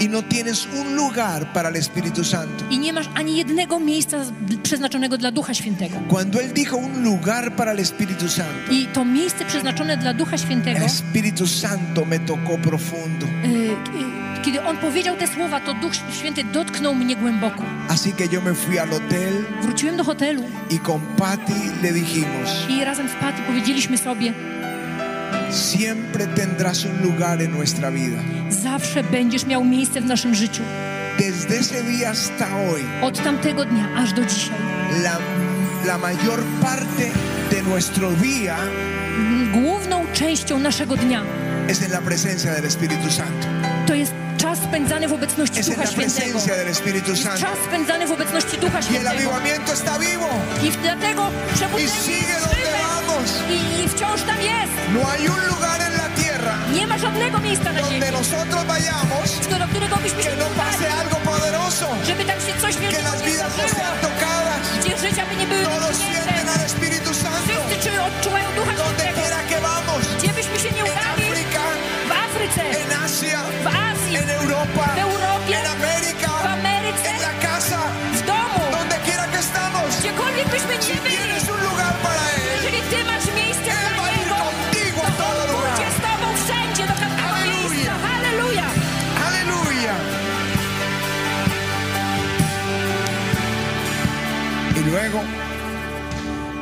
[SPEAKER 1] y no tienes un lugar para el Espíritu Santo.
[SPEAKER 2] i nie masz ani jednego miejsca z- przeznaczonego dla Ducha Świętego.
[SPEAKER 1] Cuando Él dijo un lugar para el Espíritu Santo,
[SPEAKER 2] I to miejsce przeznaczone dla Ducha
[SPEAKER 1] el
[SPEAKER 2] Świętego,
[SPEAKER 1] Espíritu Santo me tocó profundo.
[SPEAKER 2] y, y, kiedy on powiedział te słowa, to Duch Święty dotknął mnie głęboko.
[SPEAKER 1] Así que yo me fui al hotel
[SPEAKER 2] Wróciłem do hotelu
[SPEAKER 1] y con Patty le dijimos,
[SPEAKER 2] i razem z Patty powiedzieliśmy sobie,
[SPEAKER 1] siempre tendrás un lugar en nuestra vida.
[SPEAKER 2] zawsze będziesz miał miejsce w naszym życiu.
[SPEAKER 1] Desde ese día hasta hoy,
[SPEAKER 2] Od tamtego dnia aż do dzisiaj.
[SPEAKER 1] la, la mayor parte de nuestro día
[SPEAKER 2] Główną częścią naszego dnia
[SPEAKER 1] es en la presencia del Espíritu Santo.
[SPEAKER 2] to jest czas spędzany w obecności
[SPEAKER 1] Es en
[SPEAKER 2] Ducha
[SPEAKER 1] la
[SPEAKER 2] Świętego.
[SPEAKER 1] presencia del Espíritu Santo.
[SPEAKER 2] Czas spędzany w obecności Ducha
[SPEAKER 1] Y el
[SPEAKER 2] Świętego.
[SPEAKER 1] avivamiento está vivo.
[SPEAKER 2] I dlatego przebudzenie
[SPEAKER 1] Y
[SPEAKER 2] jest
[SPEAKER 1] sigue donde
[SPEAKER 2] żywe.
[SPEAKER 1] vamos.
[SPEAKER 2] I, I wciąż tam jest.
[SPEAKER 1] No hay un lugar en la tierra
[SPEAKER 2] Nie ma żadnego miejsca na ziemi,
[SPEAKER 1] donde nosotros vayamos
[SPEAKER 2] do którego byśmy się
[SPEAKER 1] que no pase
[SPEAKER 2] udali,
[SPEAKER 1] algo poderoso,
[SPEAKER 2] żeby tam się coś
[SPEAKER 1] que
[SPEAKER 2] wielkiego
[SPEAKER 1] las
[SPEAKER 2] nie
[SPEAKER 1] vidas no
[SPEAKER 2] zdarzyło,
[SPEAKER 1] sean tocadas.
[SPEAKER 2] gdzie życia by nie były
[SPEAKER 1] Todos sienten
[SPEAKER 2] dotknięte.
[SPEAKER 1] al Espíritu Santo
[SPEAKER 2] Wszyscy czy odczuwają Ducha
[SPEAKER 1] donde
[SPEAKER 2] Świętego.
[SPEAKER 1] quiera que vamos,
[SPEAKER 2] Gdzie byśmy się nie
[SPEAKER 1] en
[SPEAKER 2] udali,
[SPEAKER 1] África,
[SPEAKER 2] w Afryce,
[SPEAKER 1] en Asia,
[SPEAKER 2] w Azji,
[SPEAKER 1] en Europa,
[SPEAKER 2] w Europie,
[SPEAKER 1] en
[SPEAKER 2] w
[SPEAKER 1] América,
[SPEAKER 2] Ameryce,
[SPEAKER 1] en la casa,
[SPEAKER 2] w domu,
[SPEAKER 1] donde quiera que estamos.
[SPEAKER 2] gdziekolwiek byśmy
[SPEAKER 1] Si
[SPEAKER 2] nie byli.
[SPEAKER 1] tienes un lugar para Él,
[SPEAKER 2] Jeżeli Ty masz miejsce
[SPEAKER 1] Él va
[SPEAKER 2] dla
[SPEAKER 1] a ir
[SPEAKER 2] Niego,
[SPEAKER 1] contigo
[SPEAKER 2] to
[SPEAKER 1] a todo
[SPEAKER 2] On pójdzie
[SPEAKER 1] lugar.
[SPEAKER 2] z Tobą wszędzie, do każdego
[SPEAKER 1] Aleluja.
[SPEAKER 2] miejsca. Halleluja!
[SPEAKER 1] Aleluya. Y luego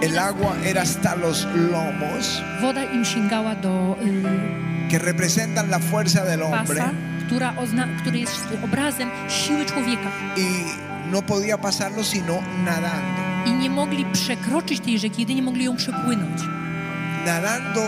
[SPEAKER 1] el agua era hasta los lomos,
[SPEAKER 2] Woda im sięgała do y,
[SPEAKER 1] que representan la fuerza del hombre,
[SPEAKER 2] pasa, która który jest obrazem siły człowieka.
[SPEAKER 1] y no podía pasarlo sino nadando.
[SPEAKER 2] I nie mogli przekroczyć tej rzeki, jedynie mogli ją przepłynąć.
[SPEAKER 1] Nadando,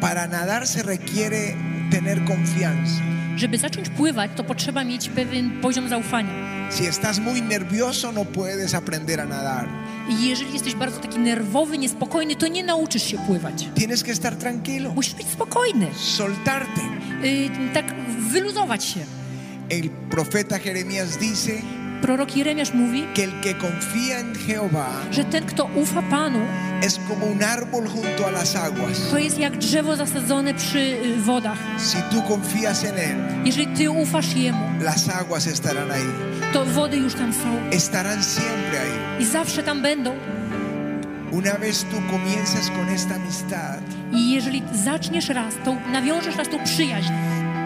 [SPEAKER 1] para nadar se requiere tener confianza.
[SPEAKER 2] Żeby zacząć pływać, to potrzeba mieć pewien poziom zaufania.
[SPEAKER 1] Si estás muy nervioso no puedes aprender a nadar.
[SPEAKER 2] I jeżeli jesteś bardzo taki nerwowy, niespokojny, to nie nauczysz się pływać.
[SPEAKER 1] Tienes que estar tranquilo,
[SPEAKER 2] Musisz być spokojny,
[SPEAKER 1] soltarte.
[SPEAKER 2] y, tak wyluzować się.
[SPEAKER 1] El profeta Jeremías dice,
[SPEAKER 2] Prorok Jeremiasz mówi,
[SPEAKER 1] que el que confía en Jehová
[SPEAKER 2] że ten, kto ufa Panu,
[SPEAKER 1] es como un árbol junto a las aguas.
[SPEAKER 2] to jest jak drzewo zasadzone przy y, wodach.
[SPEAKER 1] Si tú confías en Él,
[SPEAKER 2] Jeżeli ty ufasz Jemu,
[SPEAKER 1] las aguas estarán ahí.
[SPEAKER 2] to wody już tam są
[SPEAKER 1] Estarán siempre ahí.
[SPEAKER 2] i zawsze tam będą.
[SPEAKER 1] Una vez tú comienzas con esta amistad,
[SPEAKER 2] I jeżeli zaczniesz raz, to nawiążesz raz tą przyjaźń.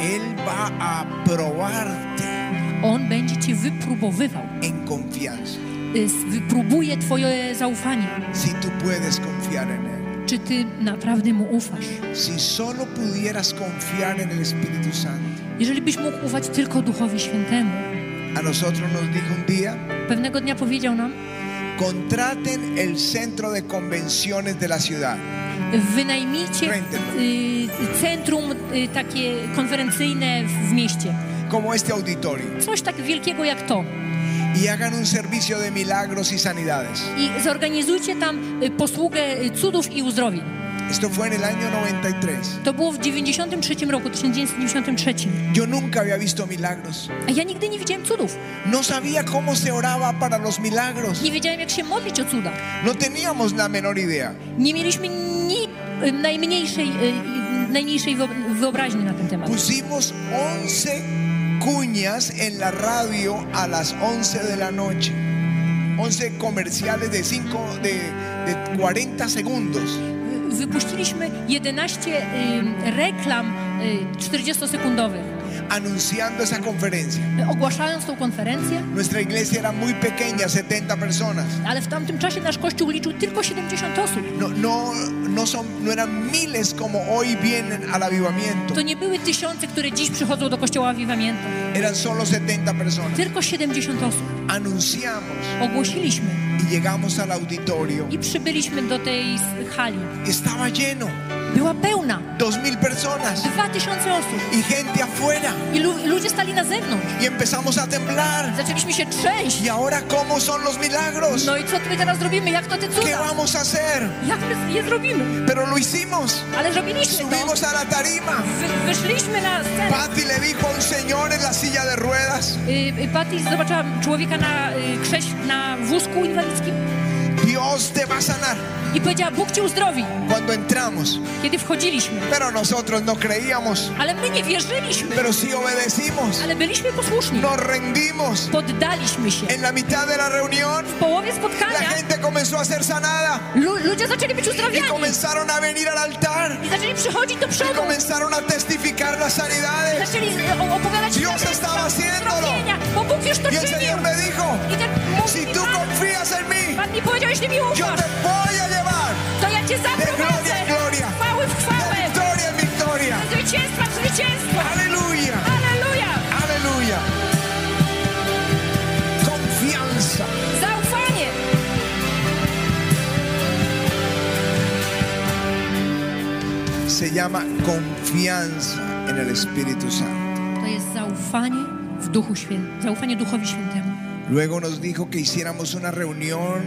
[SPEAKER 1] Él va a probarte
[SPEAKER 2] On będzie cię wypróbowywał.
[SPEAKER 1] en confianza.
[SPEAKER 2] Y, s- Wypróbuje twoje zaufanie.
[SPEAKER 1] Si tú puedes confiar en Él.
[SPEAKER 2] Czy ty naprawdę mu ufasz?
[SPEAKER 1] Si solo pudieras confiar en el Espíritu Santo.
[SPEAKER 2] Jeżeli byś mógł ufać tylko Duchowi Świętemu.
[SPEAKER 1] A nosotros nos dijo un día,
[SPEAKER 2] Pewnego dnia powiedział nam,
[SPEAKER 1] contraten el centro de convenciones de la ciudad.
[SPEAKER 2] wynajmijcie
[SPEAKER 1] Rentenberg.
[SPEAKER 2] y, centrum y, takie konferencyjne w w mieście.
[SPEAKER 1] como este auditorio
[SPEAKER 2] Coś tak wielkiego jak to.
[SPEAKER 1] y hagan un servicio de milagros y sanidades.
[SPEAKER 2] I zorganizujcie tam y, posługę y, cudów i uzdrowień.
[SPEAKER 1] Esto fue en el año 93.
[SPEAKER 2] To było w 93 roku, 1993.
[SPEAKER 1] Yo nunca había visto milagros.
[SPEAKER 2] A ja nigdy nie widziałem cudów.
[SPEAKER 1] No sabía cómo se oraba para los milagros.
[SPEAKER 2] Nie wiedziałem, jak się modlić o cuda.
[SPEAKER 1] No teníamos la menor idea.
[SPEAKER 2] Nie mieliśmy ni, y, najmniejszej, y, y, najmniejszej wyob- wyobraźni na ten temat.
[SPEAKER 1] Pusimos 11 cuñas en la radio a las 11 de la noche. 11 comerciales de 5 de, de 40 segundos.
[SPEAKER 2] Y, Wypuściliśmy 11 y, reklam y, 40-sekundowych,
[SPEAKER 1] anunciando esa conferencia.
[SPEAKER 2] y, ogłaszając tą konferencję.
[SPEAKER 1] Nuestra iglesia era muy pequeña, 70 personas.
[SPEAKER 2] Ale w tamtym czasie nasz kościół liczył tylko 70 osób.
[SPEAKER 1] No, no, no, son, no eran miles como hoy vienen al avivamiento.
[SPEAKER 2] To nie były tysiące, które dziś przychodzą do kościoła Wiwamiento.
[SPEAKER 1] Eran solo 70 personas.
[SPEAKER 2] Tylko 70 osób.
[SPEAKER 1] Anunciamos
[SPEAKER 2] Ogłosiliśmy
[SPEAKER 1] y llegamos al auditorio.
[SPEAKER 2] i przybyliśmy do tej s- hali.
[SPEAKER 1] Estaba lleno,
[SPEAKER 2] Była pełna.
[SPEAKER 1] dos mil personas
[SPEAKER 2] 2000 osób.
[SPEAKER 1] y gente afuera.
[SPEAKER 2] I lu- ludzie stali na zewnątrz.
[SPEAKER 1] Y empezamos a temblar.
[SPEAKER 2] Zaczęliśmy się trzęść.
[SPEAKER 1] ¿Y ahora cómo son los milagros?
[SPEAKER 2] No i co my teraz zrobimy? Jak to te
[SPEAKER 1] ¿Qué
[SPEAKER 2] cuda?
[SPEAKER 1] vamos a hacer?
[SPEAKER 2] Jak my je zrobimy?
[SPEAKER 1] Pero lo hicimos.
[SPEAKER 2] Ale zrobiliśmy to.
[SPEAKER 1] Subimos a la tarima.
[SPEAKER 2] Wy, wyszliśmy na scenę.
[SPEAKER 1] Patty le dijo a un señor en la silla de ruedas,
[SPEAKER 2] Y, y, Patty zobaczyła człowieka na y, krześ, na wózku inwalidzkim
[SPEAKER 1] Dios te va a sanar.
[SPEAKER 2] i powiedziała, Bóg cię uzdrowi.
[SPEAKER 1] Cuando entramos,
[SPEAKER 2] Kiedy wchodziliśmy.
[SPEAKER 1] pero nosotros no creíamos,
[SPEAKER 2] Ale my nie wierzyliśmy.
[SPEAKER 1] pero sí obedecimos,
[SPEAKER 2] Ale byliśmy posłuszni.
[SPEAKER 1] nos rendimos.
[SPEAKER 2] Poddaliśmy się.
[SPEAKER 1] En la mitad de la reunión,
[SPEAKER 2] W połowie
[SPEAKER 1] la
[SPEAKER 2] spotkania
[SPEAKER 1] gente comenzó a ser sanada
[SPEAKER 2] lu ludzie zaczęli być
[SPEAKER 1] y
[SPEAKER 2] uzdrowieni.
[SPEAKER 1] comenzaron a venir al altar,
[SPEAKER 2] I zaczęli przychodzić do przodu.
[SPEAKER 1] comenzaron a testificar las sanidades.
[SPEAKER 2] Zaczęli z- o- opowiadać
[SPEAKER 1] Dios
[SPEAKER 2] historie
[SPEAKER 1] estaba haciéndolo.
[SPEAKER 2] uzdrowienia, Bo Bóg już to
[SPEAKER 1] Y el
[SPEAKER 2] czynił.
[SPEAKER 1] Señor me dijo,
[SPEAKER 2] I tak mówi
[SPEAKER 1] si
[SPEAKER 2] mi,
[SPEAKER 1] tú
[SPEAKER 2] Pan,
[SPEAKER 1] confías en mí,
[SPEAKER 2] Pan mi powiedział, jeśli mi
[SPEAKER 1] yo
[SPEAKER 2] ufasz,
[SPEAKER 1] te voy a llevar
[SPEAKER 2] to ja cię
[SPEAKER 1] de gloria
[SPEAKER 2] zaprowadzę.
[SPEAKER 1] en gloria,
[SPEAKER 2] Chwały w
[SPEAKER 1] de
[SPEAKER 2] chwałę.
[SPEAKER 1] victoria en victoria.
[SPEAKER 2] Zwycięstwa w zwycięstwo.
[SPEAKER 1] Aleluya.
[SPEAKER 2] Aleluja.
[SPEAKER 1] Aleluya. Confianza.
[SPEAKER 2] Zaufanie.
[SPEAKER 1] Se llama confianza en el Espíritu Santo.
[SPEAKER 2] To jest zaufanie w Duchu Świętym. Zaufanie Duchowi Świętemu.
[SPEAKER 1] Luego nos dijo que hiciéramos una reunión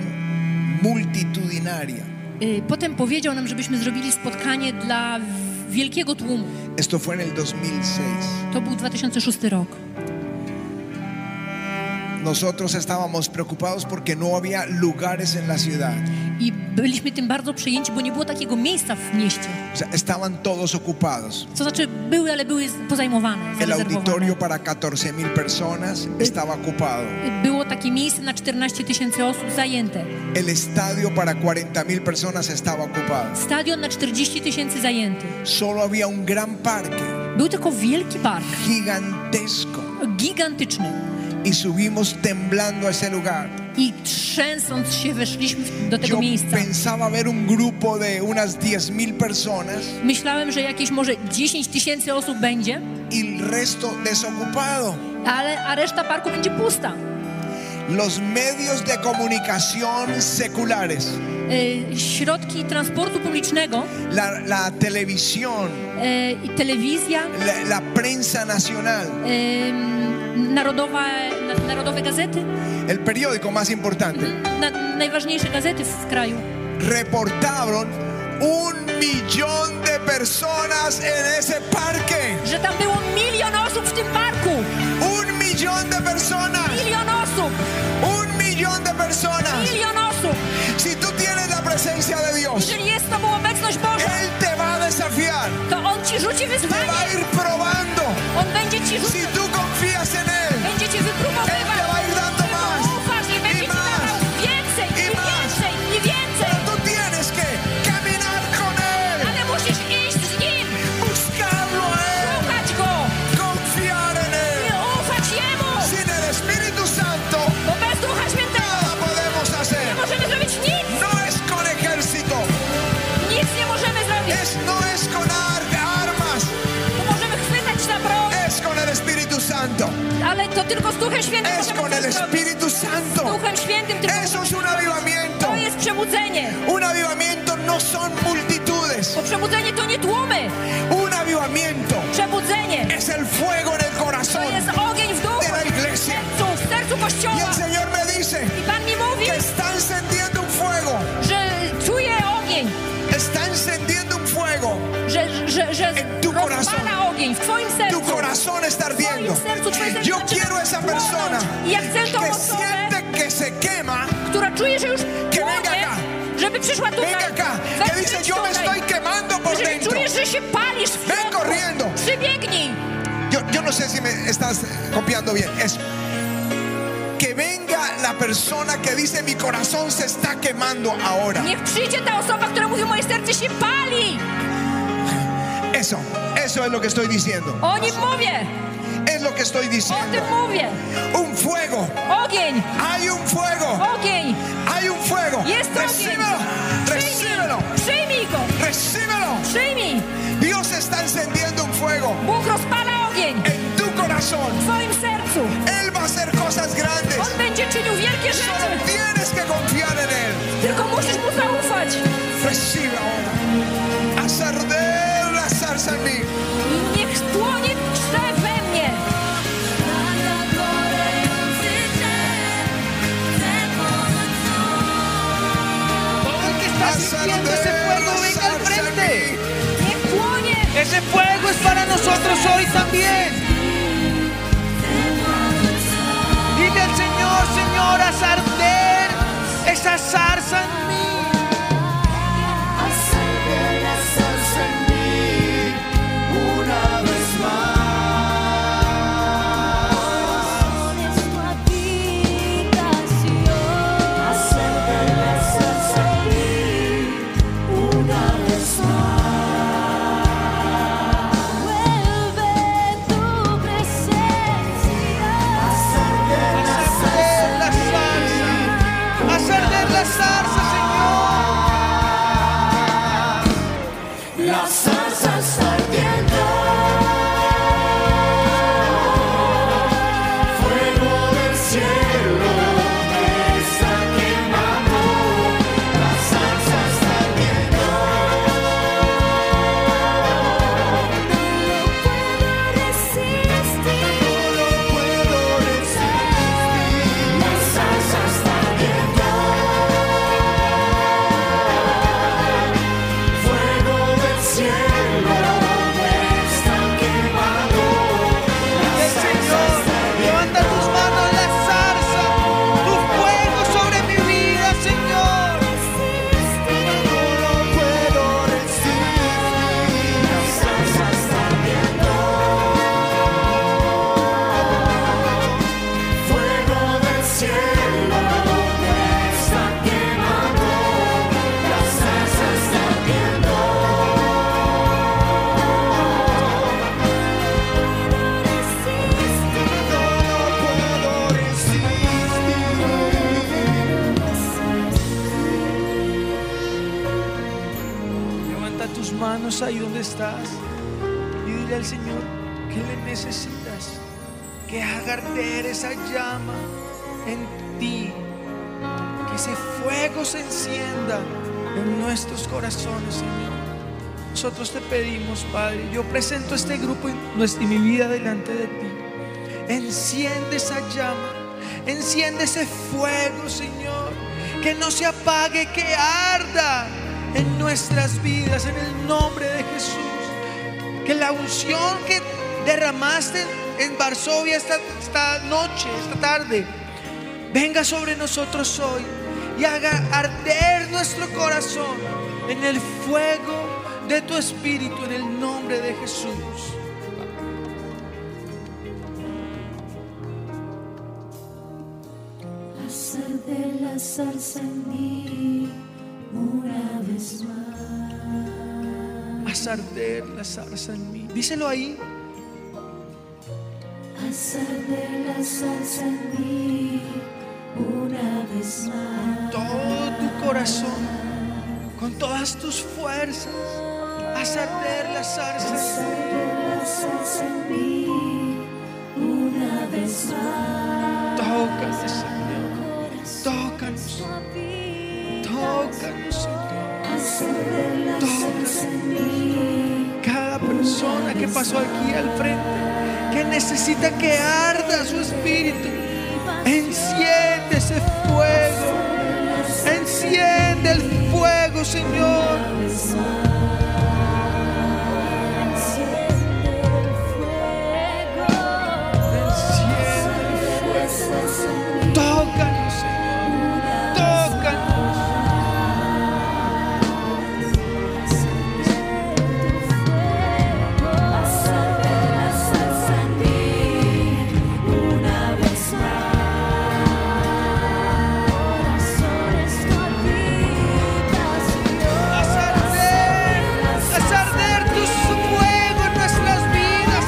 [SPEAKER 1] multitudinaria.
[SPEAKER 2] Y, Potem powiedział nam, żebyśmy zrobili spotkanie dla w- wielkiego tłumu.
[SPEAKER 1] Esto fue en el 2006.
[SPEAKER 2] To był 2006 rok.
[SPEAKER 1] Nosotros estábamos preocupados porque no había lugares en la ciudad.
[SPEAKER 2] I byliśmy tym bardzo przejęci, bo nie było takiego miejsca w mieście.
[SPEAKER 1] O sea, estaban todos ocupados.
[SPEAKER 2] To znaczy były, ale były z- pozajmowane.
[SPEAKER 1] El
[SPEAKER 2] zarezerwowane.
[SPEAKER 1] auditorio para 14 mil personas estaba ocupado.
[SPEAKER 2] Było takie miejsce na 14 tysięcy osób zajęte.
[SPEAKER 1] El estadio para 40 mil personas estaba ocupado.
[SPEAKER 2] Stadion na 40 tysięcy zajęty.
[SPEAKER 1] Solo había un gran parque.
[SPEAKER 2] Był tylko wielki park,
[SPEAKER 1] gigantesco
[SPEAKER 2] gigantyczny.
[SPEAKER 1] y subimos temblando a ese lugar.
[SPEAKER 2] I trzęsąc się weszliśmy w- do tego
[SPEAKER 1] Yo
[SPEAKER 2] miejsca.
[SPEAKER 1] pensaba ver un grupo de unas 10 mil personas
[SPEAKER 2] Myślałem, że jakieś może 10 tysięcy osób będzie,
[SPEAKER 1] y el resto desocupado.
[SPEAKER 2] ale, a reszta parku będzie pusta.
[SPEAKER 1] Los medios de comunicación seculares,
[SPEAKER 2] E, środki transportu publicznego,
[SPEAKER 1] la, la televisión,
[SPEAKER 2] e, i telewizja,
[SPEAKER 1] la, la prensa nacional,
[SPEAKER 2] em, narodowa, na- narodowe gazety,
[SPEAKER 1] el periódico más importante,
[SPEAKER 2] na, najważniejsze gazety w kraju.
[SPEAKER 1] reportaron un millón de personas en ese parque.
[SPEAKER 2] Że tam było milion osób w tym parku!
[SPEAKER 1] Un millón de personas.
[SPEAKER 2] Milion osób!
[SPEAKER 1] Un millón de personas.
[SPEAKER 2] Milion osób!
[SPEAKER 1] Si tú tienes la presencia de Dios,
[SPEAKER 2] Jeżeli jest to była obecność Boża,
[SPEAKER 1] Él te va a desafiar,
[SPEAKER 2] to On ci rzuci
[SPEAKER 1] te va a
[SPEAKER 2] wyzwanie!
[SPEAKER 1] ir probando.
[SPEAKER 2] On będzie ci
[SPEAKER 1] Si
[SPEAKER 2] rzucił,
[SPEAKER 1] tú confías en Él,
[SPEAKER 2] będzie cię
[SPEAKER 1] Él te
[SPEAKER 2] wypróbowywał!
[SPEAKER 1] va a ir dando
[SPEAKER 2] Tylko
[SPEAKER 1] más.
[SPEAKER 2] ufasz i będzie
[SPEAKER 1] Y
[SPEAKER 2] ci
[SPEAKER 1] más.
[SPEAKER 2] dawał więcej, i
[SPEAKER 1] I más.
[SPEAKER 2] więcej, i więcej!
[SPEAKER 1] Pero tú tienes que caminar con Él,
[SPEAKER 2] Ale musisz iść z Nim!
[SPEAKER 1] buscarlo a
[SPEAKER 2] Szukać Go!
[SPEAKER 1] Él, confiar en
[SPEAKER 2] I
[SPEAKER 1] Él.
[SPEAKER 2] ufać Jemu!
[SPEAKER 1] Sin el Espíritu Santo,
[SPEAKER 2] Bo bez Ducha Świętego
[SPEAKER 1] nada podemos
[SPEAKER 2] nie
[SPEAKER 1] hacer.
[SPEAKER 2] możemy zrobić nic!
[SPEAKER 1] No es con ejército,
[SPEAKER 2] Nic nie Tylko z Duchem Świętym
[SPEAKER 1] es
[SPEAKER 2] możemy
[SPEAKER 1] con el
[SPEAKER 2] coś zrobić.
[SPEAKER 1] Espíritu
[SPEAKER 2] Z
[SPEAKER 1] Santo.
[SPEAKER 2] Duchem Świętym tylko
[SPEAKER 1] Eso es un avivamiento.
[SPEAKER 2] to jest przebudzenie.
[SPEAKER 1] Un avivamiento no son multitudes.
[SPEAKER 2] Bo przebudzenie to nie tłumy.
[SPEAKER 1] Un avivamiento
[SPEAKER 2] Przebudzenie
[SPEAKER 1] es el fuego en el
[SPEAKER 2] to
[SPEAKER 1] corazón
[SPEAKER 2] jest ogień w duchu,
[SPEAKER 1] de la iglesia.
[SPEAKER 2] w sercu, w sercu
[SPEAKER 1] Y el
[SPEAKER 2] Kościoła.
[SPEAKER 1] Señor me dice
[SPEAKER 2] I Pan mi mówi,
[SPEAKER 1] que está encendiendo un fuego.
[SPEAKER 2] że czuje ogień,
[SPEAKER 1] Está encendiendo un fuego.
[SPEAKER 2] że, że, że
[SPEAKER 1] En tu corazón.
[SPEAKER 2] rozpala ogień w Twoim
[SPEAKER 1] Tu
[SPEAKER 2] sercu.
[SPEAKER 1] corazón está ardiendo.
[SPEAKER 2] Twoim sercu, twoje serce
[SPEAKER 1] Yo
[SPEAKER 2] zaczyna
[SPEAKER 1] quiero esa
[SPEAKER 2] płonąć.
[SPEAKER 1] persona
[SPEAKER 2] I ja chcę tą
[SPEAKER 1] que
[SPEAKER 2] osobę,
[SPEAKER 1] siente que se quema.
[SPEAKER 2] która czuje, że już
[SPEAKER 1] venga
[SPEAKER 2] płonie,
[SPEAKER 1] acá.
[SPEAKER 2] żeby przyszła tutaj.
[SPEAKER 1] Venga acá. Que
[SPEAKER 2] Wejdź
[SPEAKER 1] dice, yo me
[SPEAKER 2] tutaj.
[SPEAKER 1] estoy quemando por
[SPEAKER 2] Jeżeli
[SPEAKER 1] dentro.
[SPEAKER 2] czujesz, że się palisz w
[SPEAKER 1] Ven
[SPEAKER 2] środku,
[SPEAKER 1] corriendo.
[SPEAKER 2] przybiegnij.
[SPEAKER 1] Yo, yo no sé si me estás copiando bien. Es que venga la persona que dice mi corazón se está quemando ahora.
[SPEAKER 2] Niech przyjdzie ta osoba, która mówi, moje serce się pali.
[SPEAKER 1] Eso, eso es lo que estoy diciendo.
[SPEAKER 2] O nim mówię,
[SPEAKER 1] Es lo que estoy
[SPEAKER 2] o
[SPEAKER 1] diciendo.
[SPEAKER 2] tym mówię.
[SPEAKER 1] Un fuego.
[SPEAKER 2] Ogień,
[SPEAKER 1] Hay un fuego.
[SPEAKER 2] ogień,
[SPEAKER 1] Hay un fuego.
[SPEAKER 2] jest ogień.
[SPEAKER 1] Recíbelo. Recíbelo.
[SPEAKER 2] Przyjmij, przyjmij go,
[SPEAKER 1] Recíbelo.
[SPEAKER 2] przyjmij.
[SPEAKER 1] Dios está encendiendo un fuego
[SPEAKER 2] Bóg rozpala ogień
[SPEAKER 1] en tu
[SPEAKER 2] w
[SPEAKER 1] corazón.
[SPEAKER 2] twoim sercu.
[SPEAKER 1] Él va a hacer cosas grandes.
[SPEAKER 2] On będzie czynił
[SPEAKER 1] Solo
[SPEAKER 2] wielkie rzeczy,
[SPEAKER 1] tienes que confiar en Él.
[SPEAKER 2] tylko musisz mu zaufać.
[SPEAKER 1] Recibe ahora. Haz arder la zarza en mí.
[SPEAKER 2] Niech płonie krzew we mnie.
[SPEAKER 3] Todo el que está
[SPEAKER 1] Haz
[SPEAKER 3] sintiendo ese
[SPEAKER 1] arder
[SPEAKER 3] fuego
[SPEAKER 1] la
[SPEAKER 3] venga al
[SPEAKER 1] zarza en
[SPEAKER 3] frente.
[SPEAKER 1] mí.
[SPEAKER 2] Niech płonie
[SPEAKER 3] Ese fuego es para nosotros hoy también. Dile al Señor, Señor, haz arder esa zarza en mí. Haz arder la zarza. Haz arder la zarza, Señor.
[SPEAKER 4] La salsa está ardiendo. Fuego del cielo me está quemando. La salsa está ardiendo. No lo puedo resistir. No lo puedo resistir. La salsa está ardiendo. Fuego del cielo me está quemando. La
[SPEAKER 3] El
[SPEAKER 4] salsa
[SPEAKER 3] Señor,
[SPEAKER 4] está
[SPEAKER 3] levanta tus manos la zarza, tu fuego sobre mi vida, Señor.
[SPEAKER 4] No lo puedo resistir. La salsa está viendo. Fuego del cielo me está quemando. La salsa está viendo. No lo puedo resistir.
[SPEAKER 3] Levanta tus manos ahí donde estás y dile al Señor que le necesitas, que haga arder esa llama en ti, que ese fuego se encienda en nuestros corazones, Señor. Nosotros te pedimos, Padre, yo presento este grupo y nues- y mi vida delante de ti. Enciende esa llama, enciende ese fuego, Señor, que no se apague, que arda en nuestras vidas, en el nombre de Jesús. Que la unción que derramaste en Varsovia esta, esta noche, esta tarde, venga sobre nosotros hoy y haga arder nuestro corazón en el fuego de tu espíritu, en el nombre de Jesús.
[SPEAKER 4] Hacer de la salsa en mí una vez más.
[SPEAKER 3] Haz arder la zarza en mí. Díselo ahí.
[SPEAKER 4] Hacer de la salsa en mí una vez más.
[SPEAKER 3] todo tu corazón, con todas tus fuerzas, haz arder la zarza.
[SPEAKER 4] Hacer de la salsa en mí una vez
[SPEAKER 3] Tócanos, Señor. Tócanos. Tócanos, Señor. Tócanos. Cada persona que pasó aquí al frente, que necesita que arda su espíritu, enciende ese fuego. Enciende el fuego, Señor. Enciende el fuego. Tócanos, Señor. Tócanos.
[SPEAKER 4] Una vez más, corazones tu habitación.
[SPEAKER 3] Haz arder, haz arder tu fuego en nuestras vidas,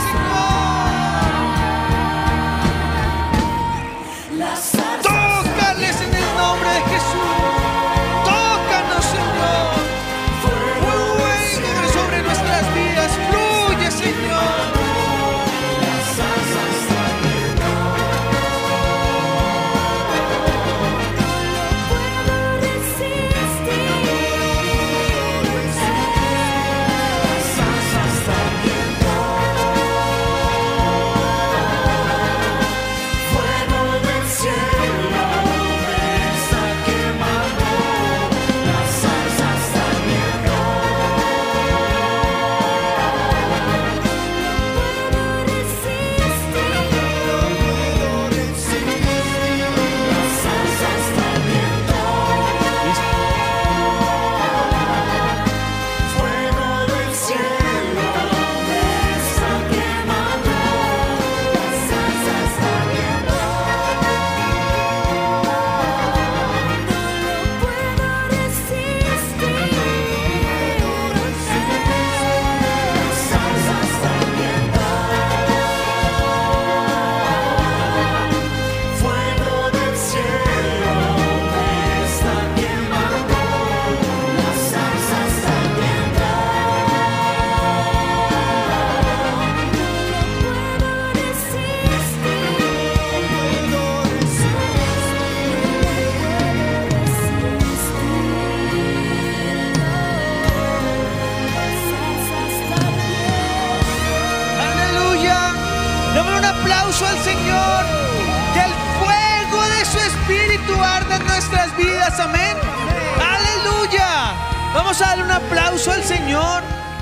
[SPEAKER 3] Señor. Tócales en el nombre de Jesús. Tócanos, Señor. Fuego sobre nuestras vidas. Fluye, Señor.
[SPEAKER 4] Puedo resistir, puedo resistir.
[SPEAKER 3] Aleluya. Dame un aplauso al Señor. Que el fuego de su espíritu arda en nuestras vidas. Amén. Aleluya. Vamos a darle un aplauso al Señor.